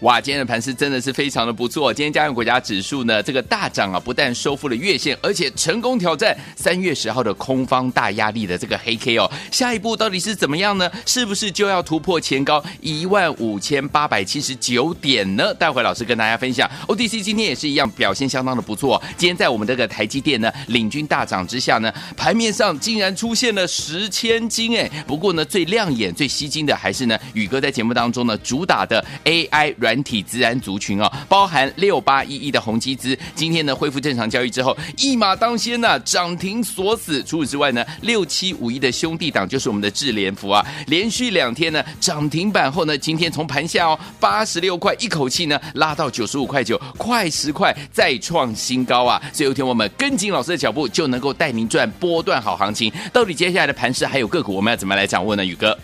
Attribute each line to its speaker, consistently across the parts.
Speaker 1: 哇，今天的盘势真的是非常的不错。今天加权国家指数呢，这个大涨啊，不但收复了月线，而且成功挑战三月十号的空方大压力的这个黑 K 哦。下一步到底是怎么样呢？是不是就要突破前高一万五千八百七十九点呢？待会老师跟大家分享。OTC 今天也是一样，表现相当的不错。今天在我们这个台积电呢领军大涨之下呢，盘面上竟然出现了十千金哎。不过呢，最亮眼、最吸睛的还是呢，宇哥在节目当中呢主打的 AI 软。软体自然族群哦，包含六八一一的宏基资，今天呢恢复正常交易之后，一马当先呐、涨停锁死。除此之外呢，六七五一的兄弟党就是我们的智联福啊，连续两天呢涨停板后呢，今天从盘下哦八十六块，一口气呢拉到九十五块九，快十块再创新高啊！所以有天我们跟紧老师的脚步，就能够带您赚波段好行情。到底接下来的盘势还有个股，我们要怎么来掌握呢？宇哥，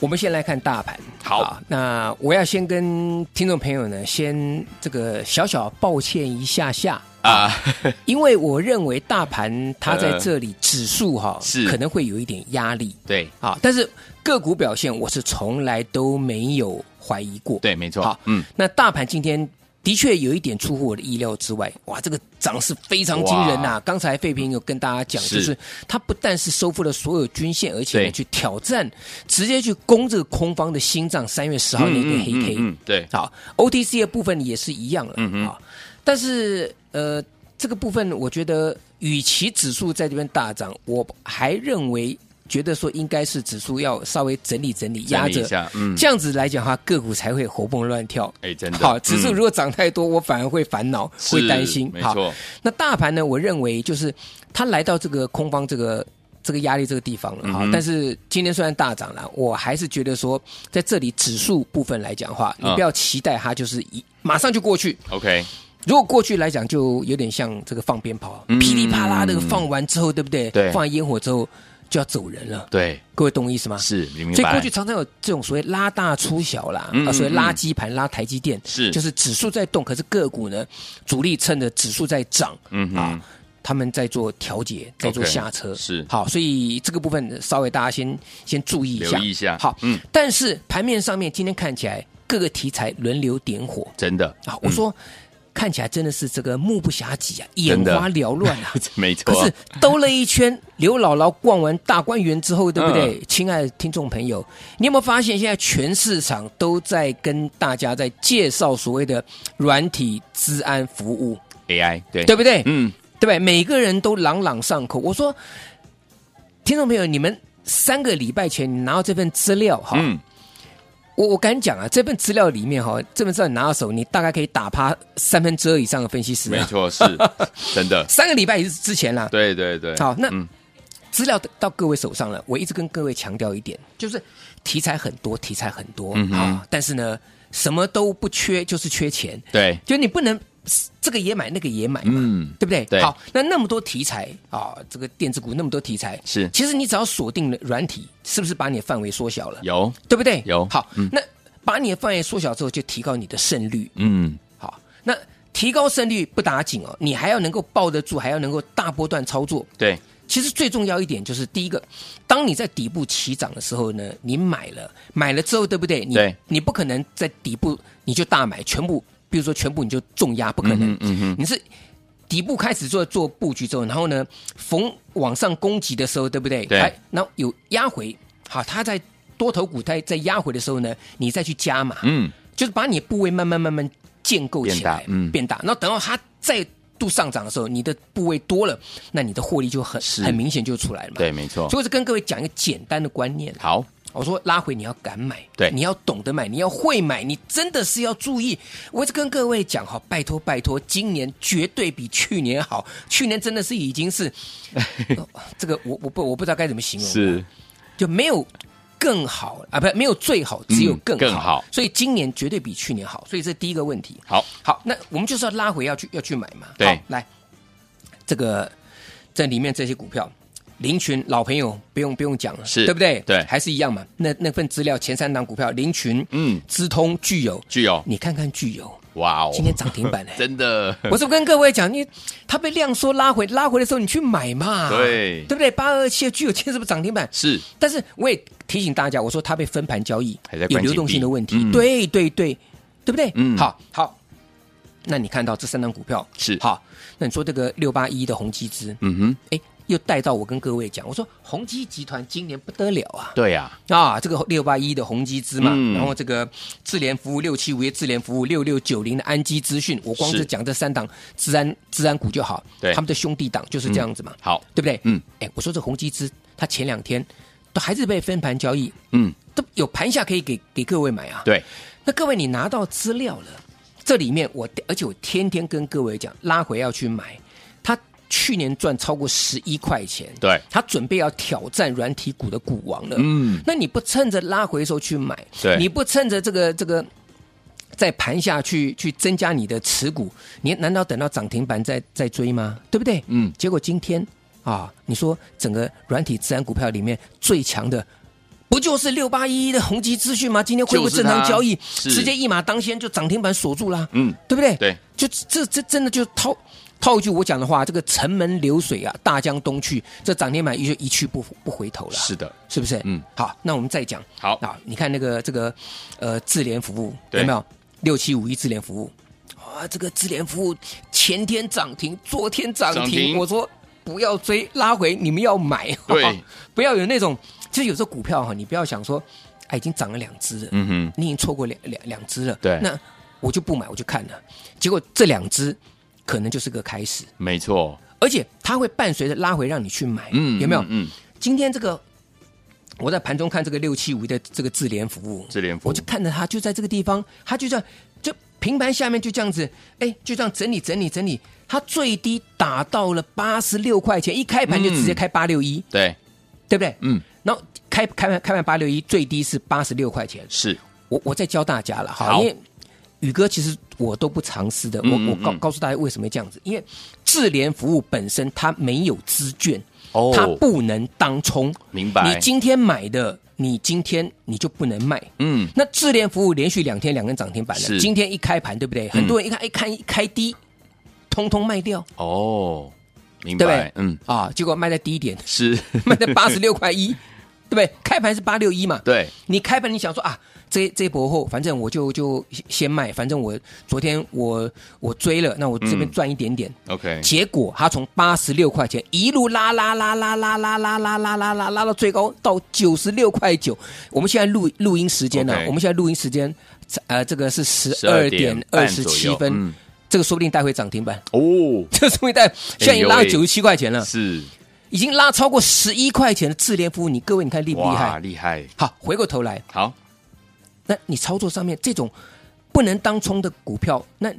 Speaker 2: 我们先来看大盘。啊
Speaker 1: 好
Speaker 2: 那我要先跟听众朋友呢，先这个小小抱歉一下下，
Speaker 1: 啊，
Speaker 2: 因为我认为大盘它在
Speaker 1: 呃
Speaker 2: 这里指数哈、
Speaker 1: 是
Speaker 2: 可能会有一点压力
Speaker 1: 对
Speaker 2: 啊，但是个股表现我是从来都没有怀疑过。
Speaker 1: 对，没错，
Speaker 2: 好，
Speaker 1: 嗯
Speaker 2: 嗯，，那大盘今天的确有一点出乎我的意料之外，哇，这个涨势非常惊人呐、刚才费平有跟大家讲，
Speaker 1: 是
Speaker 2: 就是它不但是收复了所有均线，而且
Speaker 1: 对
Speaker 2: 呢去挑战，直接去攻这个空方的心脏，三月十号那个黑 K。
Speaker 1: 嗯，对，
Speaker 2: 好，OTC 的部分也是一样了啊、但是呃，这个部分我觉得，与其指数在这边大涨，我还认为觉得说应该是指数要稍微整理整理，
Speaker 1: 整
Speaker 2: 压
Speaker 1: 理一
Speaker 2: 着
Speaker 1: 下，嗯
Speaker 2: 这样子来讲的话，个股才会活蹦乱跳。
Speaker 1: 哎真的
Speaker 2: 好，指数
Speaker 1: 嗯
Speaker 2: 如果涨太多，我反而会烦恼，
Speaker 1: 是
Speaker 2: 会担心。
Speaker 1: 没
Speaker 2: 好
Speaker 1: 错，
Speaker 2: 那大盘呢？我认为就是它来到这个空方这个这个压力这个地方了哈、
Speaker 1: 嗯哼
Speaker 2: 但是今天虽然大涨了，我还是觉得说，在这里指数部分来讲的话，你
Speaker 1: 嗯
Speaker 2: 不要期待它就是一马上就过去。
Speaker 1: OK，
Speaker 2: 如果过去来讲，就有点像这个放鞭炮，啊
Speaker 1: 嗯
Speaker 2: 噼里啪啦那个放完之后，对不对？
Speaker 1: 对
Speaker 2: 放完烟火之后就要走人了，
Speaker 1: 对，
Speaker 2: 各位懂我意思吗？
Speaker 1: 是，明白。
Speaker 2: 所以过去常常有这种所谓拉大出小啦，
Speaker 1: 嗯
Speaker 2: 啊，所谓
Speaker 1: 嗯
Speaker 2: 拉
Speaker 1: 嗯
Speaker 2: 基盘、拉台积电，
Speaker 1: 是
Speaker 2: 就是指数在动，可是个股呢，主力趁着指数在涨，
Speaker 1: 嗯哼
Speaker 2: 啊，他们在做调节，在做
Speaker 1: OK，
Speaker 2: 下车，
Speaker 1: 是
Speaker 2: 好，所以这个部分稍微大家先先注意一下，
Speaker 1: 留意一下
Speaker 2: 好，
Speaker 1: 嗯
Speaker 2: 嗯，但是盘面上面今天看起来各个题材轮流点火
Speaker 1: 真的
Speaker 2: 啊，我说。看起来真的是这个目不暇给啊，眼
Speaker 1: 真的
Speaker 2: 花缭乱 啊！
Speaker 1: 没错，
Speaker 2: 可是兜了一圈，刘姥姥逛完大观园之后，对不
Speaker 1: 嗯
Speaker 2: 对？亲爱的听众朋友，你有没有发现现在全市场都在跟大家在介绍所谓的软体治安服务，
Speaker 1: AI 对
Speaker 2: 对，不对？
Speaker 1: 嗯，
Speaker 2: 对不对？每个人都朗朗上口。我说，听众朋友，你们三个礼拜前你拿到这份资料哈，
Speaker 1: 嗯，
Speaker 2: 我我敢讲啊，这份资料里面哈，这份资料你拿到手，你大概可以打趴三分之二以上的分析师、
Speaker 1: 没
Speaker 2: 啊。
Speaker 1: 错，是真 的，
Speaker 2: 三个礼拜也是之前啦，
Speaker 1: 对对对。
Speaker 2: 好那
Speaker 1: 嗯
Speaker 2: 资料到各位手上了，我一直跟各位强调一点，就是题材很多，题材很多、
Speaker 1: 嗯哼
Speaker 2: 啊，但是呢，什么都不缺，就是缺钱。
Speaker 1: 对，
Speaker 2: 就你不能这个也买，那个也买嘛，
Speaker 1: 嗯
Speaker 2: 对不对？
Speaker 1: 对
Speaker 2: 好，那那么多题材啊、这个电子股那么多题材，
Speaker 1: 是
Speaker 2: 其实你只要锁定了软体，是不是把你的范围缩小了？
Speaker 1: 有，
Speaker 2: 对不对？
Speaker 1: 有
Speaker 2: 好，那把你的范围缩小之后，就提高你的胜率。
Speaker 1: 嗯，
Speaker 2: 好，那提高胜率不打紧哦，你还要能够抱得住，还要能够大波段操作。
Speaker 1: 对，
Speaker 2: 其实最重要一点就是，第一个，当你在底部起涨的时候呢，你买了，买了之后，对不对？你
Speaker 1: 对
Speaker 2: 你不可能在底部你就大买，全部，比如说全部你就重压，不可能。
Speaker 1: 嗯哼嗯哼
Speaker 2: 你是底部开始做做布局之后，然后呢，逢往上攻击的时候，对不对？
Speaker 1: 对
Speaker 2: 哎，那有压回，好，它在多头股在在压回的时候呢，你再去加码，
Speaker 1: 嗯，
Speaker 2: 就是把你的部位慢慢慢慢建构起
Speaker 1: 变大
Speaker 2: 来，
Speaker 1: 嗯
Speaker 2: 变大。然后等到它再度上涨的时候，你的部位多了，那你的获利就很
Speaker 1: 是
Speaker 2: 很明显就出来了嘛。
Speaker 1: 对，没错。
Speaker 2: 所以我是跟各位讲一个简单的观念。啊
Speaker 1: 好，
Speaker 2: 我说拉回你要敢买，
Speaker 1: 对
Speaker 2: 你要懂得买，你要会买，你真的是要注意。我一直跟各位讲哈，拜托拜托，今年绝对比去年好，去年真的是已 经是，哦这个我我不我不知道该怎么形容，啊
Speaker 1: 是
Speaker 2: 就没有更好啊，不没有最好，只有更好,、
Speaker 1: 嗯更好
Speaker 2: 所以今年绝对比去年好，所以这是第一个问题。
Speaker 1: 好，
Speaker 2: 好，那我们就是要拉回要去要去买嘛。
Speaker 1: 对
Speaker 2: 好来，这个这里面这些股票，林群老朋友不用不用讲了，
Speaker 1: 是
Speaker 2: 对不对？
Speaker 1: 对
Speaker 2: 还是一样嘛。那那份资料前三档股票，林群、
Speaker 1: 嗯，
Speaker 2: 资通、具有，
Speaker 1: 具有，
Speaker 2: 你看看具有
Speaker 1: 哇哦，
Speaker 2: 今天涨停板 哎、
Speaker 1: 真的
Speaker 2: 我是不是跟各位讲，你它被量缩拉回，拉回的时候你去买嘛，
Speaker 1: 对
Speaker 2: 对不对？八二七的具有今天是不是涨停板？
Speaker 1: 是
Speaker 2: 但是我也提醒大家，我说它被分盘交易
Speaker 1: 还在，关禁
Speaker 2: 有
Speaker 1: 闭
Speaker 2: 流动性的问题，
Speaker 1: 嗯
Speaker 2: 对对对，对不对？
Speaker 1: 嗯
Speaker 2: 好好，那你看到这三张股票
Speaker 1: 是
Speaker 2: 好，那你说这个六八一的宏基资，
Speaker 1: 嗯哼，
Speaker 2: 哎，又带到我跟各位讲，我说宏基集团今年不得了啊。
Speaker 1: 对呀，
Speaker 2: 啊，这个六八一的宏基资嘛，
Speaker 1: 嗯
Speaker 2: 然后这个智联服务六七五一、智联服务六六九零的安基资讯，我光
Speaker 1: 是
Speaker 2: 是讲这三档治安治安股就好，
Speaker 1: 对
Speaker 2: 他们的兄弟档就是这样子嘛。
Speaker 1: 好，
Speaker 2: 对不对？
Speaker 1: 嗯，
Speaker 2: 哎，我说这宏基资，它前两天都还是被分盘交易，
Speaker 1: 嗯，
Speaker 2: 都有盘下可以给给各位买啊。，
Speaker 1: 对，
Speaker 2: 那各位你拿到资料了，这里面我而且我天天跟各位讲，拉回要去买，它去年赚超过十一块钱，
Speaker 1: 对
Speaker 2: 它准备要挑战软体股的股王了，
Speaker 1: 嗯，
Speaker 2: 那你不趁着拉回的时候去买，
Speaker 1: 对
Speaker 2: 你不趁着这个这个。在盘下去去增加你的持股，你难道等到涨停板再再追吗？对不对？
Speaker 1: 嗯
Speaker 2: 结果今天啊，你说整个软体自然股票里面最强的，不就是六八一一的宏基资讯吗？今天恢复
Speaker 1: 就是
Speaker 2: 正
Speaker 1: 它
Speaker 2: 常交易，
Speaker 1: 是
Speaker 2: 直接一马当先就涨停板锁住啦，
Speaker 1: 嗯，
Speaker 2: 对不对？
Speaker 1: 对，
Speaker 2: 就这这真的就套套一句我讲的话，这个城门流水啊，大江东去，这涨停板也就一去不不回头了，
Speaker 1: 是的，
Speaker 2: 是不是？
Speaker 1: 嗯，
Speaker 2: 好，那我们再讲。
Speaker 1: 好
Speaker 2: 啊，你看那个这个呃智联服务
Speaker 1: 对
Speaker 2: 有没有六七五一智联服务？啊，这个智联服务前天涨停，昨天涨停，
Speaker 1: 涨停
Speaker 2: 我说不要追，拉回你们要买，
Speaker 1: 对
Speaker 2: 不要有那种，就是有时候股票哈，你不要想说，哎，已经涨了两只了，
Speaker 1: 嗯哼，
Speaker 2: 你已经错过两两两只了，
Speaker 1: 对
Speaker 2: 那我就不买，我就看了，结果这两只可能就是个开始，
Speaker 1: 没错，
Speaker 2: 而且它会伴随着拉回让你去买，
Speaker 1: 嗯，
Speaker 2: 有没有？
Speaker 1: 嗯，嗯
Speaker 2: 今天这个我在盘中看这个六七五的这个智联服务，
Speaker 1: 智联服务
Speaker 2: 我就看着它就在这个地方，它就这样就平盘下面就这样子，哎，就这样整理整理整理，它最低打到了八十六块钱，一开盘就直接开八六一，
Speaker 1: 对，
Speaker 2: 对不对？
Speaker 1: 嗯，
Speaker 2: 然后开开盘开盘八六一，最低是八十六块钱，
Speaker 1: 是
Speaker 2: 我我再教大家了哈，
Speaker 1: 好
Speaker 2: 因为宇哥其实我都不藏私的，
Speaker 1: 嗯嗯
Speaker 2: 我我告
Speaker 1: 嗯
Speaker 2: 告诉大家为什么这样子，因为智联服务本身它没有资券，
Speaker 1: 哦
Speaker 2: 它不能当冲，
Speaker 1: 明白
Speaker 2: 你今天买的，你今天你就不能卖，
Speaker 1: 嗯，
Speaker 2: 那智联服务连续两天两根涨停板
Speaker 1: 是嗯
Speaker 2: 了，今天一开盘对不对？很多人一看一看一开低，通通卖掉，
Speaker 1: 哦，明
Speaker 2: 对不
Speaker 1: 白
Speaker 2: 对，？
Speaker 1: 嗯，
Speaker 2: 啊，结果卖在低点，
Speaker 1: 是，
Speaker 2: 卖在八十六块一，对不对？开盘是八六一嘛，
Speaker 1: 对，
Speaker 2: 你开盘你想说啊，这这一波后，反正我就就先卖，反正我昨天我我追了，那我这
Speaker 1: 嗯
Speaker 2: 边赚一点点。
Speaker 1: OK，
Speaker 2: 结果它从八十六块钱一路拉拉拉拉拉拉拉拉拉拉拉拉到最高到九十六块九。我们现在录录音时间呢、啊
Speaker 1: OK
Speaker 2: 我们现在录音时间，呃，这个是十二
Speaker 1: 12
Speaker 2: 点
Speaker 1: 点
Speaker 2: 二
Speaker 1: 半
Speaker 2: 十
Speaker 1: 左
Speaker 2: 七
Speaker 1: 右
Speaker 2: 分、
Speaker 1: 嗯
Speaker 2: 这个说不定带回涨停板，
Speaker 1: 哦，
Speaker 2: 这说不定带现在已经拉
Speaker 1: 哎
Speaker 2: 到
Speaker 1: 呦
Speaker 2: 九
Speaker 1: 喂
Speaker 2: 十七块钱了，
Speaker 1: 是，
Speaker 2: 已经拉超过十一块钱的智联服务，你各位你嗯看厉不厉
Speaker 1: 哇，
Speaker 2: 害？
Speaker 1: 厉害，
Speaker 2: 好，回过头来，
Speaker 1: 好，
Speaker 2: 那你操作上面这种不能当冲的股票，那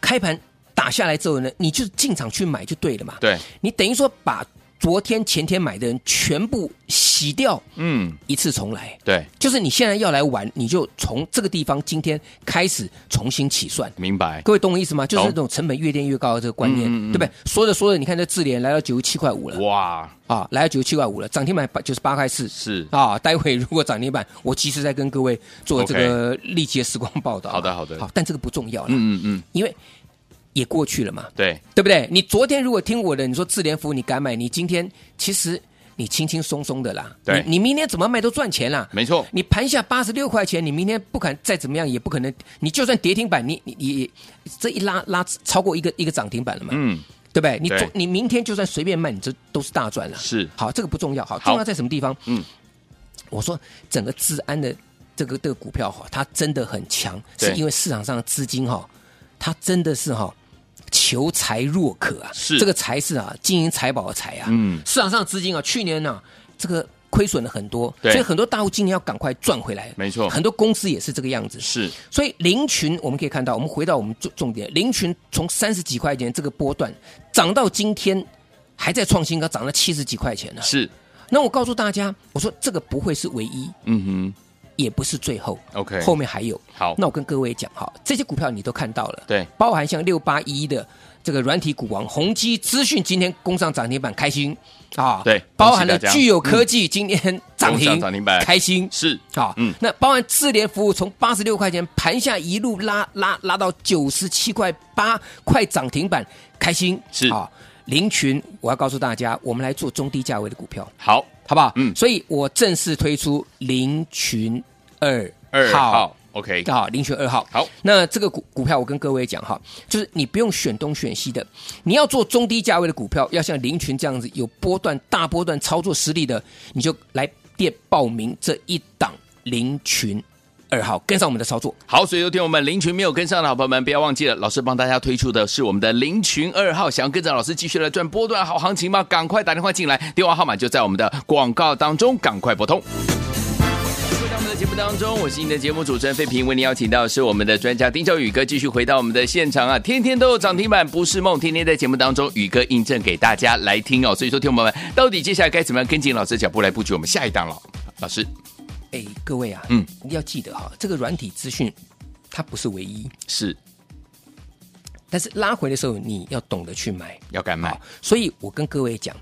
Speaker 2: 开盘打下来之后呢，你就进场去买就对了嘛。
Speaker 1: 对，
Speaker 2: 你等于说把昨天、前天买的人全部洗掉，
Speaker 1: 嗯，
Speaker 2: 一次重来。
Speaker 1: 对，
Speaker 2: 就是你现在要来玩，你就从这个地方今天开始重新起算。
Speaker 1: 明白，
Speaker 2: 各位懂我意思吗？就是
Speaker 1: 懂
Speaker 2: 这种成本越垫越高的这个观念，
Speaker 1: 嗯嗯嗯
Speaker 2: 对不对？说着说着，你看这智联来到九十七块五了
Speaker 1: 哇，
Speaker 2: 啊，来到九十七块五了，涨停板九十八块四，
Speaker 1: 是，
Speaker 2: 啊，待会如果涨停板，我及时再跟各位做这个立即的时光报道。啊
Speaker 1: 好的好的
Speaker 2: 好，但这个不重要了，
Speaker 1: 嗯嗯嗯，
Speaker 2: 因为也过去了嘛，
Speaker 1: 对，
Speaker 2: 对不对？你昨天如果听我的，你说智联服你敢买，你今天其实你轻轻松松的啦，
Speaker 1: 对
Speaker 2: 你你明天怎么卖都赚钱啦。
Speaker 1: 没错，
Speaker 2: 你盘下八十六块钱，你明天不敢再怎么样，也不可能。你就算跌停板，你你你这一拉拉超过一个一个涨停板了嘛，
Speaker 1: 嗯，
Speaker 2: 对不对？你
Speaker 1: 对
Speaker 2: 昨你明天就算随便卖，你这都是大赚了。啊
Speaker 1: 是
Speaker 2: 好，这个不重要。好，
Speaker 1: 好
Speaker 2: 重要在什么地方？
Speaker 1: 嗯，
Speaker 2: 我说整个治安的这个这个股票哈，它真的很强，
Speaker 1: 对
Speaker 2: 是因为市场上的资金哈，它真的是哈求财若渴啊，
Speaker 1: 是
Speaker 2: 这个财是啊，金银财宝的财啊，
Speaker 1: 嗯
Speaker 2: 市场上资金啊，去年呢、这个亏损了很多，
Speaker 1: 对
Speaker 2: 所以很多大户今年要赶快赚回来，
Speaker 1: 没错
Speaker 2: 很多公司也是这个样子，
Speaker 1: 是
Speaker 2: 所以林群我们可以看到，我们回到我们重重点，林群从三十几块钱这个波段涨到今天还在创新高，涨了七十几块钱呢、
Speaker 1: 是，
Speaker 2: 那我告诉大家，我说这个不会是唯一，
Speaker 1: 嗯
Speaker 2: 也不是最后
Speaker 1: OK
Speaker 2: 后面还有。
Speaker 1: 哼，好，
Speaker 2: 那我跟各位讲哈，这些股票你都看到了，
Speaker 1: 对，
Speaker 2: 包含像六八一的这个软体股王宏基资讯，今天攻上涨停板，开心啊！
Speaker 1: 对
Speaker 2: 包含了
Speaker 1: 恭喜大家
Speaker 2: 具有科技，今天涨
Speaker 1: 攻上
Speaker 2: 停，
Speaker 1: 涨停板
Speaker 2: 开心
Speaker 1: 是
Speaker 2: 啊！
Speaker 1: 嗯
Speaker 2: 那包含智联服务从八十六块钱盘下一路拉拉拉到九十七块八，快涨停板，开心
Speaker 1: 是
Speaker 2: 啊！林群，我要告诉大家，我们来做中低价位的股票，
Speaker 1: 好，
Speaker 2: 好不好？
Speaker 1: 嗯
Speaker 2: 所以我正式推出林群二
Speaker 1: 二号，OK，
Speaker 2: 啊，零选二号。
Speaker 1: 好，
Speaker 2: 那这个股股票我跟各位讲哈，就是你不用选东选西的，你要做中低价位的股票，要像林群这样子有波段、大波段操作实力的，你就来电报名这一档林群二号，跟上我们的操作。
Speaker 1: 好，所以有听我们林群没有跟上的好朋友们，不要忘记了，老师帮大家推出的是我们的林群二号，想要跟着老师继续来赚波段好行情吗？赶快打电话进来，电话号码就在我们的广告当中，赶快拨通。回到我们的节目当中，我是你的节目主持人费平，为您邀请到的是我们的专家丁兆宇哥，继续回到我们的现场啊！天天都有涨停板不是梦，天天在节目当中，宇哥印证给大家来听哦。所以说，听我们到底接下来该怎么样跟进老师的脚步来布局我们下一档了？老师
Speaker 2: 哎，各位啊，
Speaker 1: 嗯，
Speaker 2: 你要记得哈，这个软体资讯它不是唯一，
Speaker 1: 是
Speaker 2: 但是拉回的时候你要懂得去买。
Speaker 1: 要敢买
Speaker 2: 好，啊所以我跟各位讲，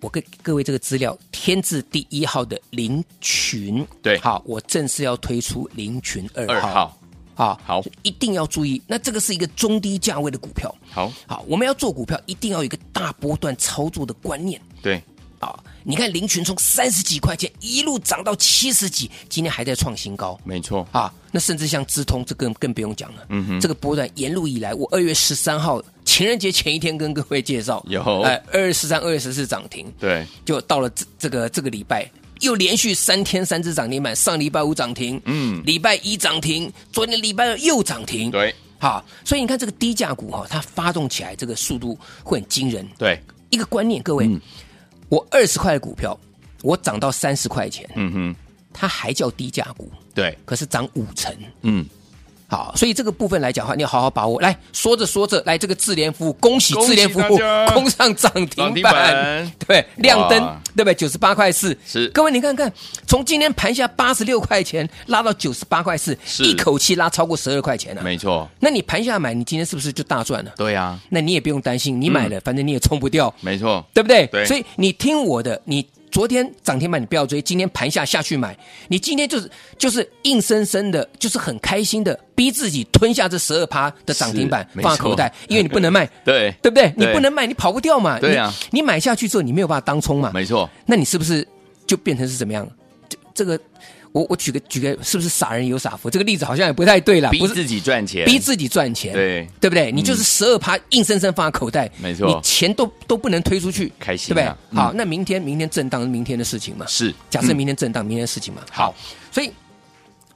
Speaker 2: 我跟各位这个资料，天字第一号的林群，
Speaker 1: 对
Speaker 2: 好，我正式要推出林群二
Speaker 1: 二
Speaker 2: 号
Speaker 1: 号，，
Speaker 2: 好
Speaker 1: 好
Speaker 2: 一定要注意，那这个是一个中低价位的股票，
Speaker 1: 好，
Speaker 2: 好，我们要做股票，一定要有一个大波段操作的观念。
Speaker 1: 对，
Speaker 2: 啊！你看林群从三十几块钱一路涨到七十几，今天还在创新高。
Speaker 1: 没错，
Speaker 2: 啊，那甚至像资通，这更更不用讲了。嗯哼，这个波段沿路以来，我二月十三号情人节前一天跟各位介绍，
Speaker 1: 有
Speaker 2: 哎，二月十三、二月十四涨停，
Speaker 1: 对，
Speaker 2: 就到了这这个这个礼拜。又连续三天三只涨停板，上礼拜五涨停，
Speaker 1: 嗯
Speaker 2: 礼拜一涨停，昨天礼拜二又涨停，
Speaker 1: 对，
Speaker 2: 好，所以你看这个低价股哈、它发动起来这个速度会很惊人。
Speaker 1: 对，
Speaker 2: 一个观念，各位，
Speaker 1: 嗯
Speaker 2: 我二十块的股票，我涨到三十块钱，
Speaker 1: 嗯哼，
Speaker 2: 它还叫低价股，
Speaker 1: 对，
Speaker 2: 可是涨五成，
Speaker 1: 嗯，
Speaker 2: 好，所以这个部分来讲的话，你要好好把握。来说着说着，来这个智联服务，恭喜
Speaker 1: 恭喜
Speaker 2: 智联服
Speaker 1: 大
Speaker 2: 务
Speaker 1: 家
Speaker 2: 攻上涨停
Speaker 1: 涨停
Speaker 2: 板
Speaker 1: 板，
Speaker 2: 对，亮灯
Speaker 1: 哇，
Speaker 2: 对不对？九十八块四，
Speaker 1: 是
Speaker 2: 各位你看看，从今天盘下八十六块钱拉到九十八块四，
Speaker 1: 是
Speaker 2: 一口气拉超过十二块钱了、啊
Speaker 1: 没错，
Speaker 2: 那你盘下买，你今天是不是就大赚了？
Speaker 1: 对啊，
Speaker 2: 那你也不用担心，你买
Speaker 1: 嗯
Speaker 2: 了，反正你也冲不掉，
Speaker 1: 没错，
Speaker 2: 对不对？
Speaker 1: 对
Speaker 2: 所以你听我的，你昨天涨停板你不要追，今天盘下下去买，你今天就是就是硬生生的，就是很开心的逼自己吞下这十二趴的涨停板
Speaker 1: 是没错
Speaker 2: 放在口袋，因为你不 能卖，
Speaker 1: 对，
Speaker 2: 对不对？
Speaker 1: 对
Speaker 2: 你不能卖，你跑不掉嘛。
Speaker 1: 对啊
Speaker 2: 你你买下去之后，你没有办法当冲嘛，
Speaker 1: 没错，
Speaker 2: 那你是不是就变成是怎么样？这这个。我我举个举个，是不是傻人有傻福？这个例子好像也不太对啦，
Speaker 1: 逼
Speaker 2: 啊不是
Speaker 1: 自己赚钱，
Speaker 2: 逼自己赚钱，
Speaker 1: 对嗯
Speaker 2: 对不对？你就是十二趴硬生生放在口袋，
Speaker 1: 没错
Speaker 2: 你钱都都不能推出去，
Speaker 1: 开心啊
Speaker 2: 对不
Speaker 1: 嗯
Speaker 2: 对？好，那明天明天震荡是明天的事情嘛，
Speaker 1: 是
Speaker 2: 假设
Speaker 1: 嗯
Speaker 2: 明天震荡，明天的事情嘛，
Speaker 1: 好，
Speaker 2: 所以。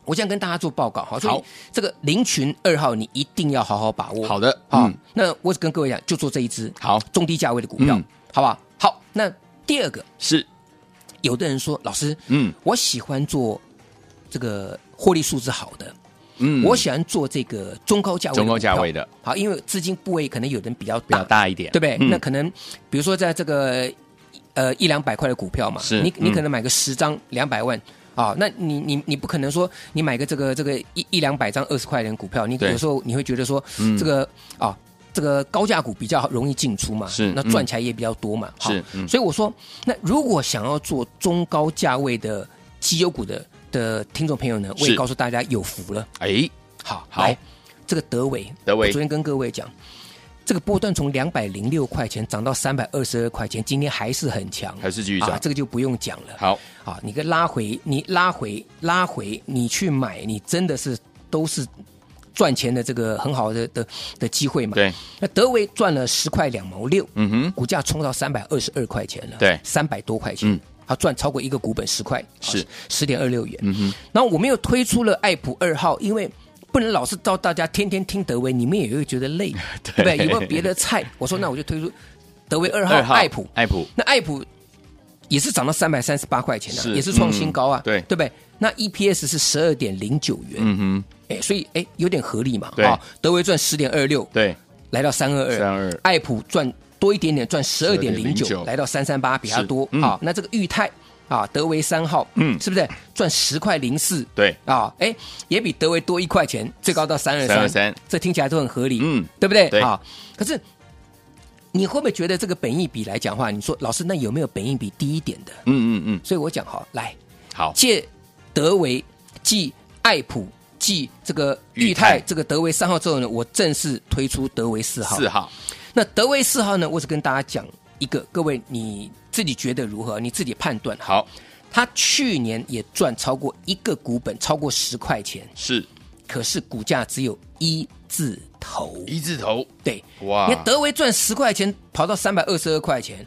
Speaker 2: 我这样跟大家做报告，好，所以
Speaker 1: 好
Speaker 2: 这个林群二号你一定要好好啊把握。
Speaker 1: 好的
Speaker 2: 好
Speaker 1: 嗯，
Speaker 2: 那我只跟各位讲，就做这一只
Speaker 1: 好
Speaker 2: 中低价位的股票
Speaker 1: 嗯，
Speaker 2: 好不好？好，那第二个，
Speaker 1: 是，
Speaker 2: 有的人说，老师，
Speaker 1: 嗯
Speaker 2: 我喜欢做这个获利数字好的，
Speaker 1: 嗯
Speaker 2: 我喜欢做这个中高价位的
Speaker 1: 中高价
Speaker 2: 股票
Speaker 1: 位的，
Speaker 2: 好，因为资金部位可能有的人比较
Speaker 1: 比
Speaker 2: 大，
Speaker 1: 较大一点，
Speaker 2: 对不对？
Speaker 1: 嗯
Speaker 2: 那可能比如说在这个呃一两百块的股票嘛，
Speaker 1: 是
Speaker 2: 你你
Speaker 1: 嗯
Speaker 2: 可能买个十张两百万。啊、那你你你不可能说你买个这个这个一一两百张二十块钱的股票，你
Speaker 1: 对嗯
Speaker 2: 有时候你会觉得说、这个啊、这个高价股比较容易进出嘛，
Speaker 1: 是
Speaker 2: 那
Speaker 1: 嗯
Speaker 2: 赚起来也比较多嘛，好
Speaker 1: 是嗯
Speaker 2: 所以我说，那如果想要做中高价位的绩优股的的听众朋友呢，我也
Speaker 1: 是
Speaker 2: 告诉大家有福了，
Speaker 1: 哎，
Speaker 2: 好，
Speaker 1: 好
Speaker 2: 来，这个德伟，
Speaker 1: 德伟
Speaker 2: 我昨天跟各位讲，这个波段从两百零六块钱涨到三百二十二块钱，今天还是很强，
Speaker 1: 还是继续涨
Speaker 2: 啊，这个就不用讲了。
Speaker 1: 好，
Speaker 2: 啊，你跟拉回，你拉回，拉回，你去买，你真的是都是赚钱的这个很好的的的机会嘛。
Speaker 1: 对，
Speaker 2: 那德维赚了十块两毛六，
Speaker 1: 嗯哼，
Speaker 2: 股价冲到三百二十二块钱了，
Speaker 1: 对
Speaker 2: 三百多块钱，
Speaker 1: 嗯
Speaker 2: 他赚超过一个股本十块，
Speaker 1: 是
Speaker 2: 十点二六元。
Speaker 1: 嗯哼，
Speaker 2: 然后我们又推出了爱普二号，因为不能老是到大家天天听德威，你们也会觉得 累，对不对？有没有别的菜？我说那我就推出德威二号爱普，
Speaker 1: 爱普
Speaker 2: 那爱普也是涨到三百三十八块钱
Speaker 1: 是
Speaker 2: 啊，也是创新高啊
Speaker 1: 嗯，对
Speaker 2: 对不对？那 EPS 是十二点零九元，
Speaker 1: 嗯
Speaker 2: 哎，所以哎有点合理嘛，
Speaker 1: 对
Speaker 2: 德威赚十点二六
Speaker 1: 哼，，对，
Speaker 2: 来到三二二，
Speaker 1: 322
Speaker 2: 爱普赚多一点点，赚十二点零
Speaker 1: 12.09
Speaker 2: 九，来到三三八，比它
Speaker 1: 是
Speaker 2: 多
Speaker 1: 嗯
Speaker 2: 啊。那这个裕泰啊，德维三号，
Speaker 1: 嗯
Speaker 2: 是不是赚十块零四？
Speaker 1: 对
Speaker 2: 啊，哎，也比德维多一块钱，最高到三二
Speaker 1: 323
Speaker 2: 三，这听起来都很合理，
Speaker 1: 嗯
Speaker 2: 对不对？
Speaker 1: 对
Speaker 2: 啊，可是你会不会觉得这个本益比来讲话，你说老师，那有没有本益比低一点的？
Speaker 1: 嗯嗯嗯，
Speaker 2: 所以我讲哈，来
Speaker 1: 好，
Speaker 2: 借德维继爱普。继这个裕
Speaker 1: 裕泰
Speaker 2: 泰这个德维三号之后呢，我正式推出德维四号。
Speaker 1: 四号，
Speaker 2: 那德维四号呢，我只跟大家讲一个，各位你自己觉得如何？你自己判断。
Speaker 1: 好，
Speaker 2: 它去年也赚超过一个股本，超过十块钱，
Speaker 1: 是
Speaker 2: 可是股价只有一字头。
Speaker 1: 一字头，
Speaker 2: 对，
Speaker 1: 哇
Speaker 2: 你看德维赚十块钱，跑到三百二十二块钱；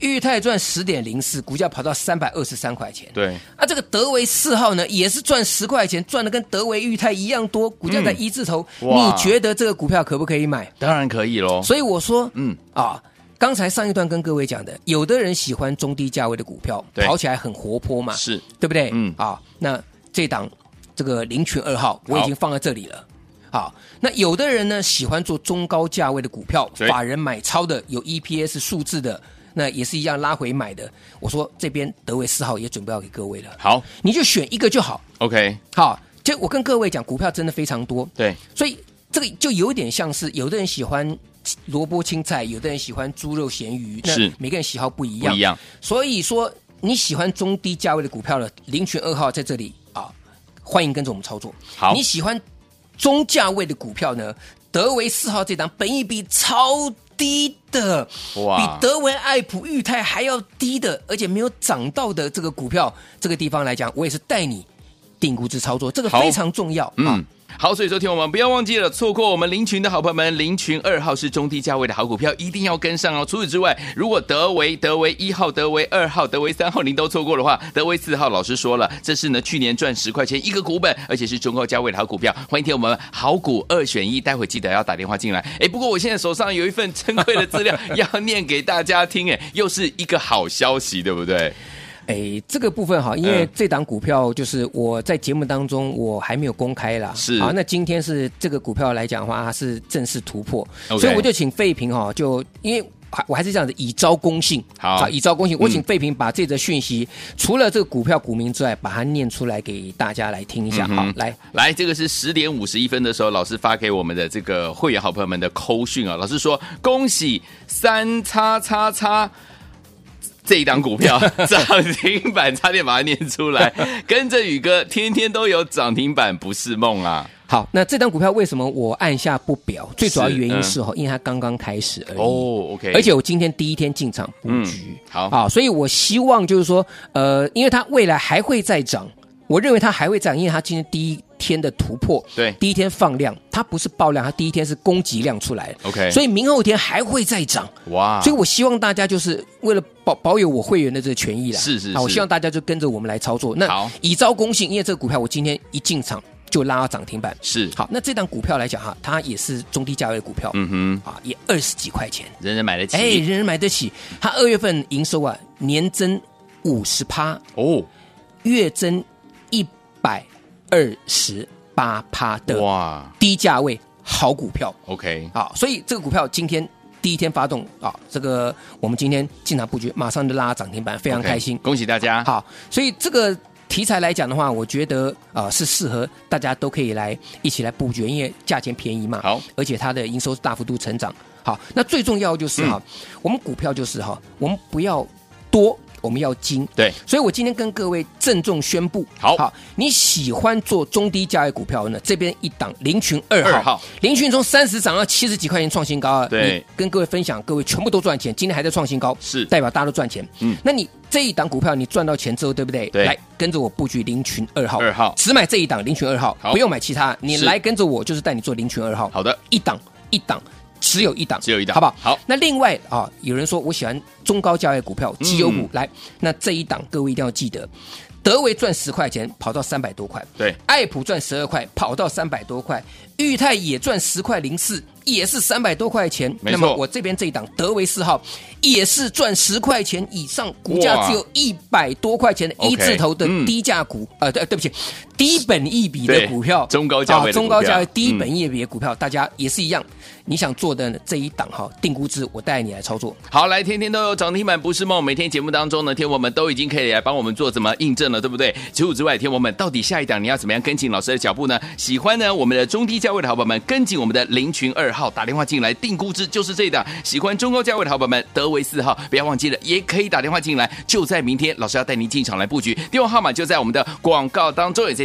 Speaker 2: 裕泰赚十点零四，股价跑到三百二十三块钱。
Speaker 1: 对，
Speaker 2: 啊，这个德维四号呢，也是赚十块钱，赚的跟德维裕泰一样多，股价在
Speaker 1: 嗯
Speaker 2: 一字头。
Speaker 1: 哇
Speaker 2: 你觉得这个股票可不可以买？
Speaker 1: 当然可以喽，
Speaker 2: 所以我说，
Speaker 1: 嗯
Speaker 2: 嗯啊，刚才上一段跟各位讲的，有的人喜欢中低价位的股票，
Speaker 1: 对
Speaker 2: 跑起来很活泼嘛，
Speaker 1: 是
Speaker 2: 对不对？
Speaker 1: 嗯
Speaker 2: 嗯啊，那这档这个林群二号我已经放在这里了。好，那有的人呢喜欢做中高价位的股票，
Speaker 1: 对
Speaker 2: 法人买超的，有 EPS 数字的，那也是一样拉回买的。我说这边德维四号也准备要给各位了，
Speaker 1: 好
Speaker 2: 你就选一个就好。
Speaker 1: ，OK，
Speaker 2: 好，就我跟各位讲，股票真的非常多，
Speaker 1: 对，
Speaker 2: 所以这个就有点像是有的人喜欢萝卜青菜，有的人喜欢猪肉咸鱼，那
Speaker 1: 是
Speaker 2: 每个人喜好不一
Speaker 1: 不
Speaker 2: 样。
Speaker 1: 一样，
Speaker 2: 所以说你喜欢中低价位的股票了，零群二号在这里啊，欢迎跟着我们操作。
Speaker 1: 好
Speaker 2: 你喜欢中价位的股票呢，德维四号这档本益比超低的，
Speaker 1: 哇
Speaker 2: 比德维爱普裕泰还要低的，而且没有涨到的这个股票，这个地方来讲，我也是带你定估值操作，这个
Speaker 1: 好
Speaker 2: 非常重要。啊
Speaker 1: 嗯。好，所以昨天我们不要忘记了，错过我们林群的好朋友们，林群二号是中低价位的好股票，一定要跟上哦。除此之外，如果德维、德维一号、德维二号、德维三号您都错过的话，德维四号老师说了，这是呢去年赚十块钱一个股本，而且是中高价位的好股票。欢迎听我们好股二选一，待会记得要打电话进来。哎，不过我现在手上有一份珍贵的资料 要念给大家听，哎，又是一个好消息，对不对？
Speaker 2: 哎，这个部分哈，因为
Speaker 1: 嗯
Speaker 2: 这档股票就是我在节目当中我还没有公开啦，
Speaker 1: 是
Speaker 2: 好，那今天是这个股票来讲的话，它是正式突破
Speaker 1: OK
Speaker 2: 所以我就请费平哈，就因为。还我还是这样子，以招公信，
Speaker 1: 好
Speaker 2: 以招公信。我
Speaker 1: 嗯
Speaker 2: 请费平把这则讯息，除了这个股票股民之外，把它念出来给大家来听一下。
Speaker 1: 嗯哼
Speaker 2: 好，来，
Speaker 1: 来，这个是十点五十一分的时候，老师发给我们的这个会员好朋友们的扣讯啊。老师说，恭喜三叉叉叉。这一档股票 涨停板，差点把它念出 来。跟着宇哥，天天都有涨停板，不是梦啊！
Speaker 2: 好，那这档股票为什么我按下不表？最主要
Speaker 1: 是
Speaker 2: 原因
Speaker 1: 嗯
Speaker 2: 是哈，因为它刚刚开始而已。
Speaker 1: 哦，OK，
Speaker 2: 哎而且我今天第一天进场布局，
Speaker 1: 嗯好
Speaker 2: 啊，所以我希望就是说，呃，因为它未来还会再涨，我认为它还会涨，因为它今天第一天的突破，
Speaker 1: 对
Speaker 2: 第一天放量，它不是爆量，它第一天是供给量出来
Speaker 1: OK
Speaker 2: 所以明后天还会再涨。
Speaker 1: 哇，
Speaker 2: 所以，我希望大家就是为了保保有我会员的这个权益啦，
Speaker 1: 是是
Speaker 2: 啊，我
Speaker 1: 是
Speaker 2: 希望大家就跟着我们来操作。
Speaker 1: 好
Speaker 2: 那以招公信，因为这个股票我今天一进场就拉到涨停板。
Speaker 1: 是
Speaker 2: 好，那这档股票来讲哈，它也是中低价位的股票，
Speaker 1: 嗯
Speaker 2: 啊，也二十几块钱，
Speaker 1: 哼，人人买得起，
Speaker 2: 哎，人人买得起。它二月份营收啊，年增五十趴，
Speaker 1: 哦，
Speaker 2: 月增一百二十八趴的
Speaker 1: 哇
Speaker 2: 低价位好股票
Speaker 1: ，OK，
Speaker 2: 啊，所以这个股票今天。第一天发动啊，这个我们今天进场布局，马上就拉涨停板，非常
Speaker 1: OK，
Speaker 2: 开心。
Speaker 1: 恭喜大家，
Speaker 2: 好，所以这个题材来讲的话，我觉得啊、呃是适合大家都可以来一起来布局，因为价钱便宜嘛。
Speaker 1: 好，
Speaker 2: 而且它的营收大幅度成长。好，那最重要就是哈、我们股票就是哈，我们不要多，我们要精。
Speaker 1: 对，
Speaker 2: 所以我今天跟各位郑重宣布，
Speaker 1: 好
Speaker 2: 好，你喜欢做中低价位股票呢？这边一档林群二
Speaker 1: 二
Speaker 2: 号，
Speaker 1: 号
Speaker 2: 林群从三十涨到七十几块钱创新高啊！
Speaker 1: 对
Speaker 2: 你跟各位分享，各位全部都赚钱，今天还在创新高，
Speaker 1: 是
Speaker 2: 代表大家都赚钱。
Speaker 1: 嗯
Speaker 2: 嗯，那你这一档股票你赚到钱之后，对不对？
Speaker 1: 对
Speaker 2: 来跟着我布局林群二号，
Speaker 1: 二号
Speaker 2: 只买这一档林群二号
Speaker 1: 好，
Speaker 2: 不用买其他，你
Speaker 1: 是
Speaker 2: 来跟着我就是带你做林群二号。
Speaker 1: 好的，
Speaker 2: 一档一档，只有一档，
Speaker 1: 只有一档
Speaker 2: 好不好？
Speaker 1: 好
Speaker 2: 那另外啊，有人说我喜欢中高价位股票，绩优股，
Speaker 1: 嗯
Speaker 2: 来，那这一档各位一定要记得，德维赚十块钱，跑到三百多块。
Speaker 1: 对，
Speaker 2: 爱普赚十二块，跑到三百多块，裕泰也赚十块零四，也是三百多块钱。
Speaker 1: 没错
Speaker 2: 那么我这边这一档德维四号也是赚十块钱以上，股价
Speaker 1: 哇
Speaker 2: 只有一百多块钱的
Speaker 1: OK，
Speaker 2: 一字头的
Speaker 1: 嗯
Speaker 2: 低价股，呃，对，对不起，低本一比
Speaker 1: 对
Speaker 2: 的股票，
Speaker 1: 中高价位的
Speaker 2: 啊中
Speaker 1: 股票
Speaker 2: 高价位低
Speaker 1: 嗯
Speaker 2: 本一比的股票，大家也是一样。你想做的这一档哈，定估值，我带你来操作。
Speaker 1: 好，来，天天都有涨停板不是梦。每天节目当中呢，天我们都已经可以来帮我们做怎么印证了，对不对？除此之外，天我们到底下一档你要怎么样跟紧老师的脚步呢？喜欢呢我们的中低价位的好朋友们，跟紧我们的零群二号打电话进来定估值就是这一档。喜欢中高价位的好朋友们，德维四号不要忘记了，也可以打电话进来，就在明天，老师要带您进场来布局，电话号码就在我们的广告当中。也谢